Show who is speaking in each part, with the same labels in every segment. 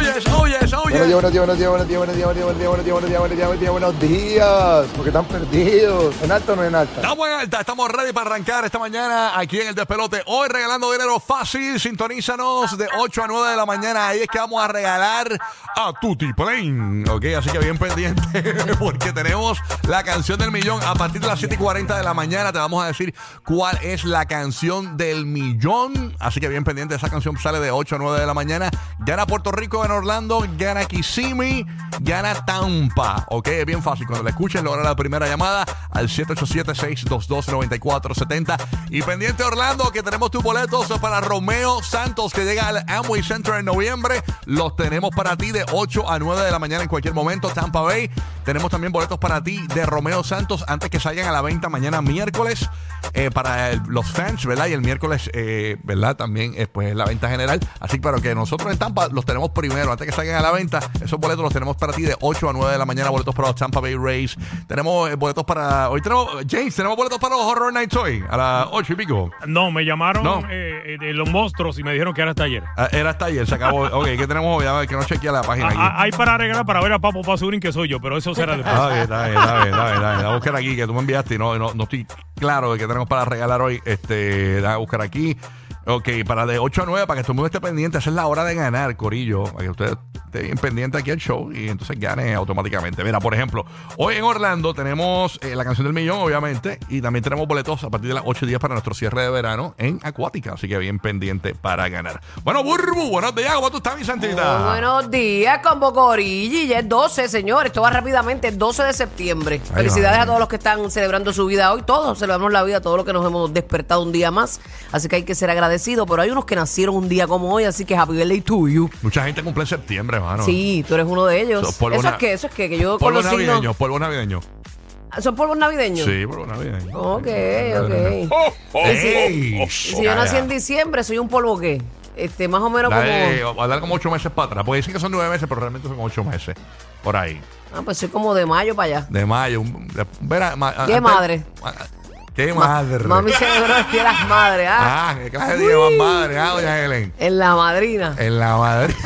Speaker 1: Buenos días, buenos días, buenos días, buenos días, buenos días, buenos días, buenos días, buenos días, buenos días, buenos días, buenos días, porque están perdidos. ¿En alta o no en alta?
Speaker 2: Estamos en alta, estamos ready para arrancar esta mañana aquí en el despelote. Hoy regalando dinero fácil, sintonízanos de 8 a 9 de la mañana. Ahí es que vamos a regalar a Tutti Plain. Ok, así que bien pendiente porque tenemos la canción del millón. A partir de las 7 y 40 de la mañana te vamos a decir cuál es la canción del millón. Así que bien pendiente, esa canción sale de 8 a 9 de la mañana. Gana Puerto Rico, en Orlando, gana Kissimmee, gana Tampa. Ok, es bien fácil. Cuando la escuchen, logra la primera llamada al 787-622-9470. Y pendiente Orlando, que tenemos tus boletos para Romeo Santos, que llega al Amway Center en noviembre. Los tenemos para ti de 8 a 9 de la mañana en cualquier momento. Tampa Bay, tenemos también boletos para ti de Romeo Santos antes que salgan a la venta mañana miércoles eh, para el- los fans, ¿verdad? Y el miércoles, eh, ¿verdad? También eh, pues, la venta general. Así que, pero que nosotros en Tampa los tenemos primero, antes que salgan a la venta. Esos boletos los tenemos para ti de 8 a 9 de la mañana, boletos para los Tampa Bay Rays. Tenemos eh, boletos para. Hoy tenemos, James, tenemos boletos para los Horror Night Toy a las 8 y pico.
Speaker 3: No, me llamaron
Speaker 2: No.
Speaker 3: eh, eh, de los monstruos y me dijeron que era hasta ayer.
Speaker 2: Ah, Era hasta ayer, se acabó. ok, ¿qué tenemos hoy? A ver, que no chequea la página
Speaker 3: Ah,
Speaker 2: aquí.
Speaker 3: ah, Hay para arreglar para ver a Papo Pasurin que soy yo, pero eso será después.
Speaker 2: Está bien, está bien, está bien, está bien, está bien. La voy a buscar aquí, que tú me enviaste y no, no, no estoy claro de qué tenemos para regalar hoy. Este, la voy a buscar aquí. Ok, para de 8 a 9, para que todo el mundo esté pendiente, esa es la hora de ganar, Corillo. Para que usted esté bien pendiente aquí al show y entonces gane automáticamente. Mira, por ejemplo, hoy en Orlando tenemos eh, la canción del millón, obviamente, y también tenemos boletos a partir de las 8 días para nuestro cierre de verano en Acuática. Así que bien pendiente para ganar. Bueno, Burbu, buenos días, ¿cómo tú estás, mi santita?
Speaker 4: Muy buenos días, Combo Corilli. Ya es 12, señores. Esto va rápidamente, el 12 de septiembre.
Speaker 2: Ahí
Speaker 4: Felicidades
Speaker 2: va.
Speaker 4: a todos los que están celebrando su vida hoy. Todos celebramos la vida, todos los que nos hemos despertado un día más. Así que hay que ser agradecidos. Pero hay unos que nacieron un día como hoy, así que happy birthday to you.
Speaker 2: Mucha gente cumple en septiembre, hermano.
Speaker 4: Sí, tú eres uno de ellos.
Speaker 2: So, polvo
Speaker 4: eso es
Speaker 2: na-
Speaker 4: que, eso es que, que yo con
Speaker 2: Polvo
Speaker 4: los
Speaker 2: navideño,
Speaker 4: signos. Ah,
Speaker 2: polvo navideño.
Speaker 4: ¿Son polvos navideños?
Speaker 2: Sí, polvo navideño. Oh,
Speaker 4: Ok,
Speaker 2: Navideño.
Speaker 4: ok. Y si-
Speaker 2: Ey,
Speaker 4: y si, yo
Speaker 2: oh,
Speaker 4: nací en diciembre, soy un polvo qué? Este, más o menos como.
Speaker 2: Dale, va a dar como ocho meses para atrás. Porque dicen que son nueve meses, pero realmente son como ocho meses. Por ahí.
Speaker 4: Ah, pues soy como de mayo para allá.
Speaker 2: De mayo. un- de- verá, ma-
Speaker 4: Qué
Speaker 2: antes-
Speaker 4: madre.
Speaker 2: ma- Qué madre.
Speaker 4: Mami celebró el Día de las madres. Ah,
Speaker 2: Ah, qué clase de día más madre. Ah, doña Helen.
Speaker 4: En la madrina.
Speaker 2: En la madre.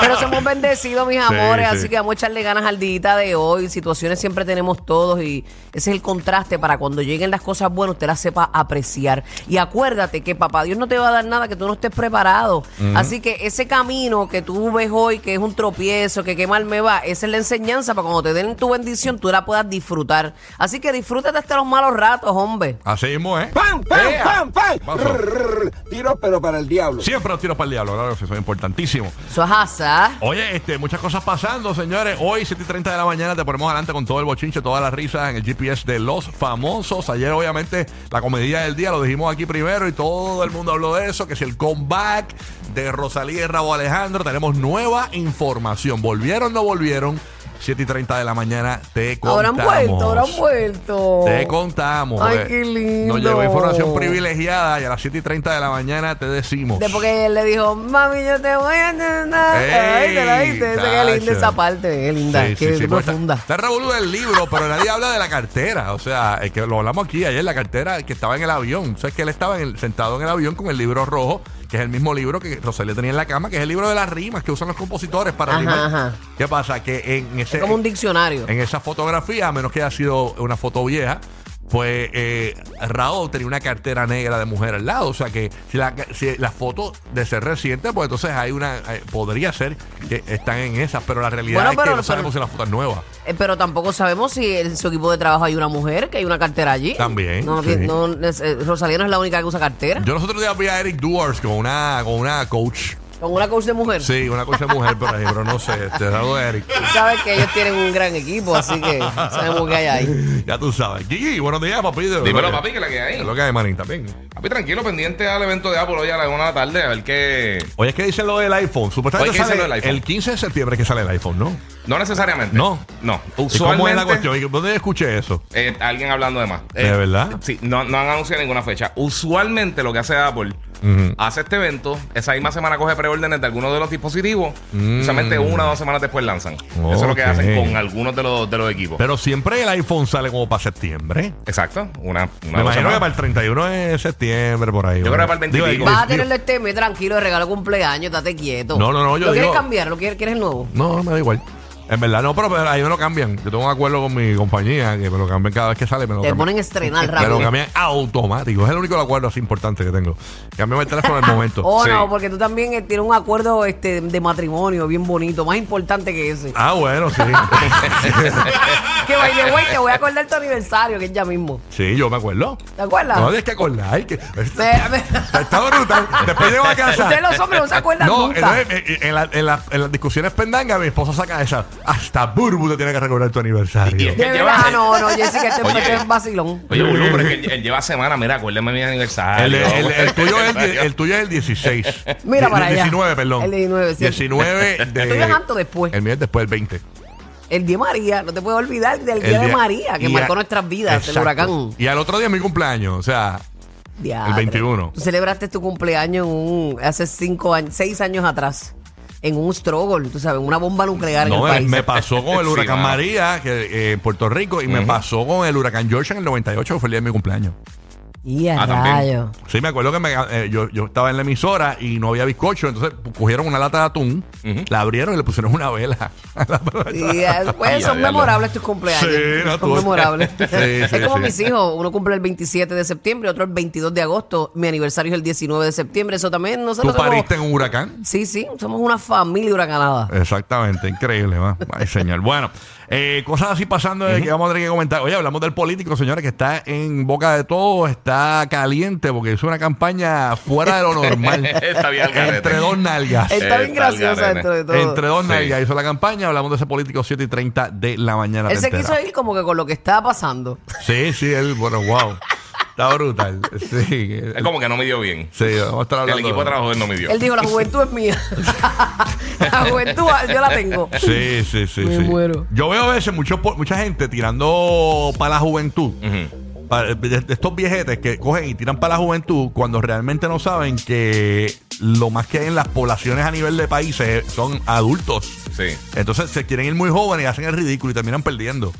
Speaker 4: Pero somos bendecidos, mis
Speaker 2: Sí,
Speaker 4: amores,
Speaker 2: sí.
Speaker 4: así que vamos a echarle ganas al día de hoy. Situaciones siempre tenemos todos y ese es el contraste para cuando lleguen las cosas buenas, usted las sepa apreciar. Y acuérdate que papá Dios no te va a dar nada que tú no estés preparado. Así que ese camino que tú ves hoy, que es un tropiezo, que qué mal me va, esa es la enseñanza para cuando te den tu bendición, tú la puedas disfrutar. Así que disfrútate hasta los malos ratos, hombre.
Speaker 2: Así mismo, ¿eh?
Speaker 5: ¡Pam, pam,
Speaker 2: Ea.
Speaker 5: pam, pam!
Speaker 2: Pasó.
Speaker 5: Rrrr, Tiros, pero para el diablo.
Speaker 2: Siempre los tiros para el diablo, claro que eso es importantísimo.
Speaker 4: Eso es azar.
Speaker 2: Oye, este, muchas cosas pasando, señores. Hoy, 7 y 30 de la mañana, te ponemos adelante con todo el bochinche, todas las risas en el GPS de los famosos. Ayer, obviamente, la comedia del día lo dijimos aquí primero y todo el mundo habló de eso, que si el comeback de Rosalía y Rabo Alejandro, tenemos nueva información. ¿Volvieron o no volvieron? 7 y 30 de la mañana, te contamos.
Speaker 4: Habrán vuelto, habrán vuelto.
Speaker 2: Te contamos.
Speaker 4: Ay,
Speaker 2: porque
Speaker 4: qué lindo.
Speaker 2: Nos llevó información privilegiada y a las 7 y 30 de la mañana te decimos.
Speaker 4: De porque él le dijo, mami, yo te voy a entender.
Speaker 2: ¡Ey!
Speaker 4: viste, la viste. Esa que linda
Speaker 2: tacho.
Speaker 4: esa parte, qué linda,
Speaker 2: Sí, sí,
Speaker 4: qué
Speaker 2: sí, porque
Speaker 4: profunda.
Speaker 2: Está, está revoludo el libro, pero nadie habla de la cartera. O sea, es que lo hablamos aquí ayer, la cartera que estaba en el avión. O sea, es que él estaba en el- sentado en el avión con el libro rojo, que es el mismo libro que Rosalía tenía en la cama, que es el libro de las rimas que usan los compositores para
Speaker 4: Ajá,
Speaker 2: rimar.
Speaker 4: ajá.
Speaker 2: ¿Qué pasa? Que en ese
Speaker 4: es como un diccionario.
Speaker 2: en esa fotografía, a menos que haya sido una foto vieja, pues eh, Raúl tenía una cartera negra de mujer al lado. O sea que si la, si la foto de ser reciente, pues entonces hay una. eh, podría ser que están en esas, pero la realidad
Speaker 4: Bueno,
Speaker 2: es
Speaker 4: pero-
Speaker 2: que no sabemos
Speaker 4: pero-
Speaker 2: si la foto es nueva.
Speaker 4: Eh, Pero tampoco sabemos si en su equipo de trabajo hay una mujer, que hay una cartera allí.
Speaker 2: También,
Speaker 4: No,
Speaker 2: sí.
Speaker 4: no, es- eh, Rosalía no es la única que usa cartera.
Speaker 2: Yo los otros días vi a Eric Duars con una, con una coach.
Speaker 4: Con una coach de mujer.
Speaker 2: Sí, una coach de mujer, pero, ahí, pero no sé. Te saludo de Eric.
Speaker 4: Tú sabes que ellos tienen un gran equipo, así que sabemos qué hay ahí.
Speaker 2: Ya tú sabes. Gigi, buenos días, papi.
Speaker 6: Dímelo, papi, que la que
Speaker 2: Es
Speaker 6: hay.
Speaker 2: Lo que hay, manín, también.
Speaker 6: Papi, tranquilo, pendiente al evento de Apple hoy a las 1 de la tarde, a ver qué.
Speaker 2: Oye, es que dicen lo del iPhone. Supuestamente
Speaker 6: Oye, ¿qué dicen
Speaker 2: sale
Speaker 6: lo del iPhone?
Speaker 2: el 15 de septiembre que sale el iPhone, ¿no?
Speaker 6: No necesariamente.
Speaker 2: No.
Speaker 6: No.
Speaker 2: ¿Y ¿Cómo es la
Speaker 6: Usualmente.
Speaker 2: cuestión? ¿Dónde yo escuché eso?
Speaker 6: eh, alguien hablando de más. Eh,
Speaker 2: ¿De verdad?
Speaker 6: Sí, no, no han anunciado ninguna fecha. Usualmente lo que hace Apple,
Speaker 2: Ujú.
Speaker 6: hace este evento, esa misma semana coge preórdenes de algunos de los dispositivos, precisamente una o dos semanas después lanzan. Eso es lo que
Speaker 2: Mm. Ok.
Speaker 6: hacen con algunos de los, de los equipos.
Speaker 2: Pero siempre el iPhone sale como para septiembre.
Speaker 6: Exacto,
Speaker 2: Me
Speaker 6: una, una o dos
Speaker 2: imagino que
Speaker 6: semanas.
Speaker 2: para el 31 de septiembre, por ahí.
Speaker 6: Yo creo
Speaker 2: ¿verdad?
Speaker 6: que para el 20 y
Speaker 2: Digo,
Speaker 6: pico.
Speaker 4: Vas a
Speaker 2: digo-
Speaker 4: tenerlo este mes tranquilo de regalo de cumpleaños, date quieto.
Speaker 2: No, no, no, yo
Speaker 4: ¿Lo quieres
Speaker 2: digo-
Speaker 4: cambiar? ¿Lo quieres, quieres el nuevo?
Speaker 2: No, no, me da igual. En verdad, no, pero, pero ahí me lo cambian. Yo tengo un acuerdo con mi compañía que me lo cambian cada vez que sale. Me lo
Speaker 4: Te
Speaker 2: cambian.
Speaker 4: ponen a estrenar
Speaker 2: Me lo
Speaker 4: rápido.
Speaker 2: cambian automático. Es el único acuerdo así importante que tengo. Cambiame el teléfono al momento.
Speaker 4: Oh,
Speaker 6: Sí.
Speaker 4: no, porque tú también eh, tienes un acuerdo este, de matrimonio bien bonito, más importante que ese.
Speaker 2: Ah, bueno, sí.
Speaker 4: que by the way, te voy a acordar tu aniversario, que es ya mismo.
Speaker 2: sí, yo me acuerdo.
Speaker 4: ¿Te acuerdas?
Speaker 2: No tienes que acordar. Que,
Speaker 4: Se- me-
Speaker 2: está brutal. Después llego a casa.
Speaker 4: Ustedes los hombres no se acuerdan
Speaker 2: No,
Speaker 4: nunca.
Speaker 2: entonces, eh, eh, en, la- en la- en las discusiones pendangas, mi esposa saca esa. Hasta Burbu te tiene que recordar tu aniversario.
Speaker 6: Y- este
Speaker 4: De
Speaker 6: que
Speaker 4: verdad,
Speaker 6: llevas-
Speaker 4: no, no, Jessica, este
Speaker 6: Oye.
Speaker 4: este es vacilón.
Speaker 6: Oye, boludo, pero es que él, él lleva semanas, mira, acuérdame mi aniversario.
Speaker 2: El, el- el tuyo es el, die- el tuyo es el 16.
Speaker 4: Mira
Speaker 2: El
Speaker 4: para allá.
Speaker 2: 19, perdón.
Speaker 4: El 19, sí.
Speaker 2: 19 de.
Speaker 4: Estoy viajando después.
Speaker 2: El mío es después, el 20.
Speaker 4: El día de María, no te puedes olvidar del día, de María, que
Speaker 2: y
Speaker 4: marcó
Speaker 2: a-
Speaker 4: nuestras vidas,
Speaker 2: Exacto.
Speaker 4: el huracán.
Speaker 2: Y al otro día es mi cumpleaños. O sea,
Speaker 4: Diadre.
Speaker 2: El 21.
Speaker 4: Tú celebraste tu cumpleaños en un- hace cinco años, seis años atrás, en un struggle, tú sabes, una bomba nuclear
Speaker 2: no,
Speaker 4: en el
Speaker 2: me,
Speaker 4: país.
Speaker 2: me pasó con el
Speaker 6: Sí,
Speaker 2: huracán
Speaker 6: mano.
Speaker 2: María que, eh, en Puerto Rico y me pasó con el huracán George en el 98, que fue el día de mi cumpleaños.
Speaker 4: Y a
Speaker 6: Ah, también.
Speaker 4: rayo.
Speaker 2: Sí, me acuerdo que me, eh, yo, yo estaba en la emisora y no había bizcocho, entonces pues, cogieron una lata de atún, la abrieron y le pusieron una vela. a la
Speaker 4: Y eh, pues
Speaker 6: Y
Speaker 4: son
Speaker 6: a verlo.
Speaker 4: memorables tus cumpleaños.
Speaker 2: Sí, no,
Speaker 4: son
Speaker 2: tú-
Speaker 4: memorables.
Speaker 2: Sí, sí,
Speaker 4: es como
Speaker 2: sí.
Speaker 4: mis hijos. Uno cumple el 27 de septiembre, otro el 22 de agosto. Mi aniversario es el 19 de septiembre. Eso también
Speaker 2: ¿Tú
Speaker 4: nosotros somos...
Speaker 2: pariste Eh, en un huracán?
Speaker 4: Sí, sí, somos una familia huracanada.
Speaker 2: Exactamente, increíble, va. Ay, señor. Bueno, eh, cosas así pasando eh, que vamos a tener que comentar. Oye, hablamos del político, señores, que está en boca de todos, está caliente porque hizo una campaña fuera de lo normal.
Speaker 6: Está bien, al garete.
Speaker 2: Entre dos nalgas.
Speaker 4: Está
Speaker 6: Eh,
Speaker 4: bien
Speaker 6: está el
Speaker 4: graciosa
Speaker 6: garete.
Speaker 4: dentro de todo.
Speaker 2: Entre dos
Speaker 6: Sí.
Speaker 2: nalgas hizo la campaña. Hablamos de ese político 7 y 30 de la mañana.
Speaker 4: Él
Speaker 2: te
Speaker 4: se
Speaker 2: enteras.
Speaker 4: quiso ir como que con lo que estaba pasando.
Speaker 2: Sí, sí, él, bueno, wow. Está brutal. Sí, eh,
Speaker 6: Es como que no me dio bien.
Speaker 2: sí, vamos a estar hablando.
Speaker 6: El equipo de trabajo él no me dio.
Speaker 4: Él dijo, la juventud es mía. la juventud yo la tengo.
Speaker 2: Sí, sí, sí.
Speaker 4: Me
Speaker 2: sí.
Speaker 4: muero.
Speaker 2: Yo veo a veces mucho, po- mucha gente tirando para la juventud. Pa- de- de Estos viejetes que cogen y tiran para la juventud cuando realmente no saben que lo más que hay en las poblaciones a nivel de países son adultos.
Speaker 6: Sí.
Speaker 2: Entonces se quieren ir muy jóvenes y hacen el ridículo y terminan perdiendo.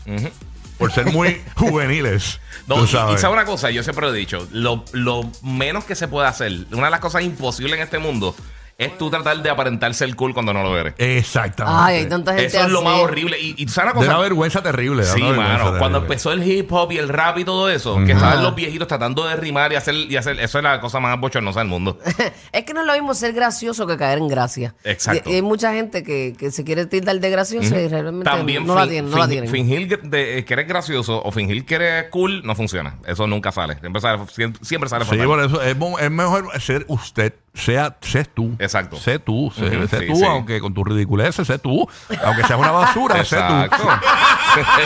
Speaker 2: Por ser muy juveniles.
Speaker 6: No,
Speaker 2: tú
Speaker 6: y, y
Speaker 2: sabes.
Speaker 6: sabe una cosa, yo siempre lo he dicho, lo, lo menos que se puede hacer, una de las cosas imposibles en este mundo, es tú tratar de aparentar ser cool cuando no lo eres.
Speaker 2: Exactamente.
Speaker 4: Ay, hay tanta gente
Speaker 6: Eso es lo
Speaker 4: así.
Speaker 6: más horrible. Y, y ¿sabes una
Speaker 2: De
Speaker 6: cosa?
Speaker 2: una vergüenza terrible. da
Speaker 6: Sí,
Speaker 2: una vergüenza
Speaker 6: mano. Cuando
Speaker 2: terrible.
Speaker 6: empezó el hip hop y el rap y todo eso, que estaban los viejitos tratando de rimar y hacer, y hacer, eso es la cosa más bochornosa del mundo.
Speaker 4: Es que no es lo mismo ser gracioso que caer en gracia.
Speaker 6: Exacto.
Speaker 4: Y, y hay mucha gente que, que se quiere tildar de gracioso y realmente
Speaker 6: También
Speaker 4: no, la
Speaker 6: fin-
Speaker 4: tienen, no la
Speaker 6: fin-
Speaker 4: tienen.
Speaker 6: fingir que, de- que eres gracioso o fingir que eres cool no funciona. Eso nunca sale. Siempre sale, siempre, siempre sale
Speaker 2: Sí,
Speaker 6: fatal.
Speaker 2: por eso es, mo- es mejor ser usted, sea, sé tú.
Speaker 6: Exacto.
Speaker 2: Sé tú, sé,
Speaker 6: Ujú,
Speaker 2: sé
Speaker 6: sí,
Speaker 2: tú,
Speaker 6: sí.
Speaker 2: aunque con tu ridiculez, sé tú. Aunque seas una basura, sé tú.
Speaker 6: Exacto.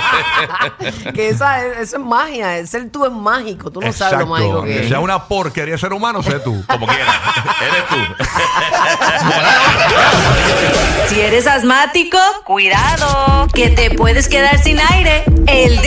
Speaker 4: que esa, es- eso es magia. El ser tú es mágico. Tú no sabes lo mágico que
Speaker 2: Aunque
Speaker 4: es.
Speaker 2: sea una porquería de ser humano, sé tú.
Speaker 6: Como quieras. Eres tú.
Speaker 7: Si eres asmático, cuidado, que te puedes quedar sin aire. El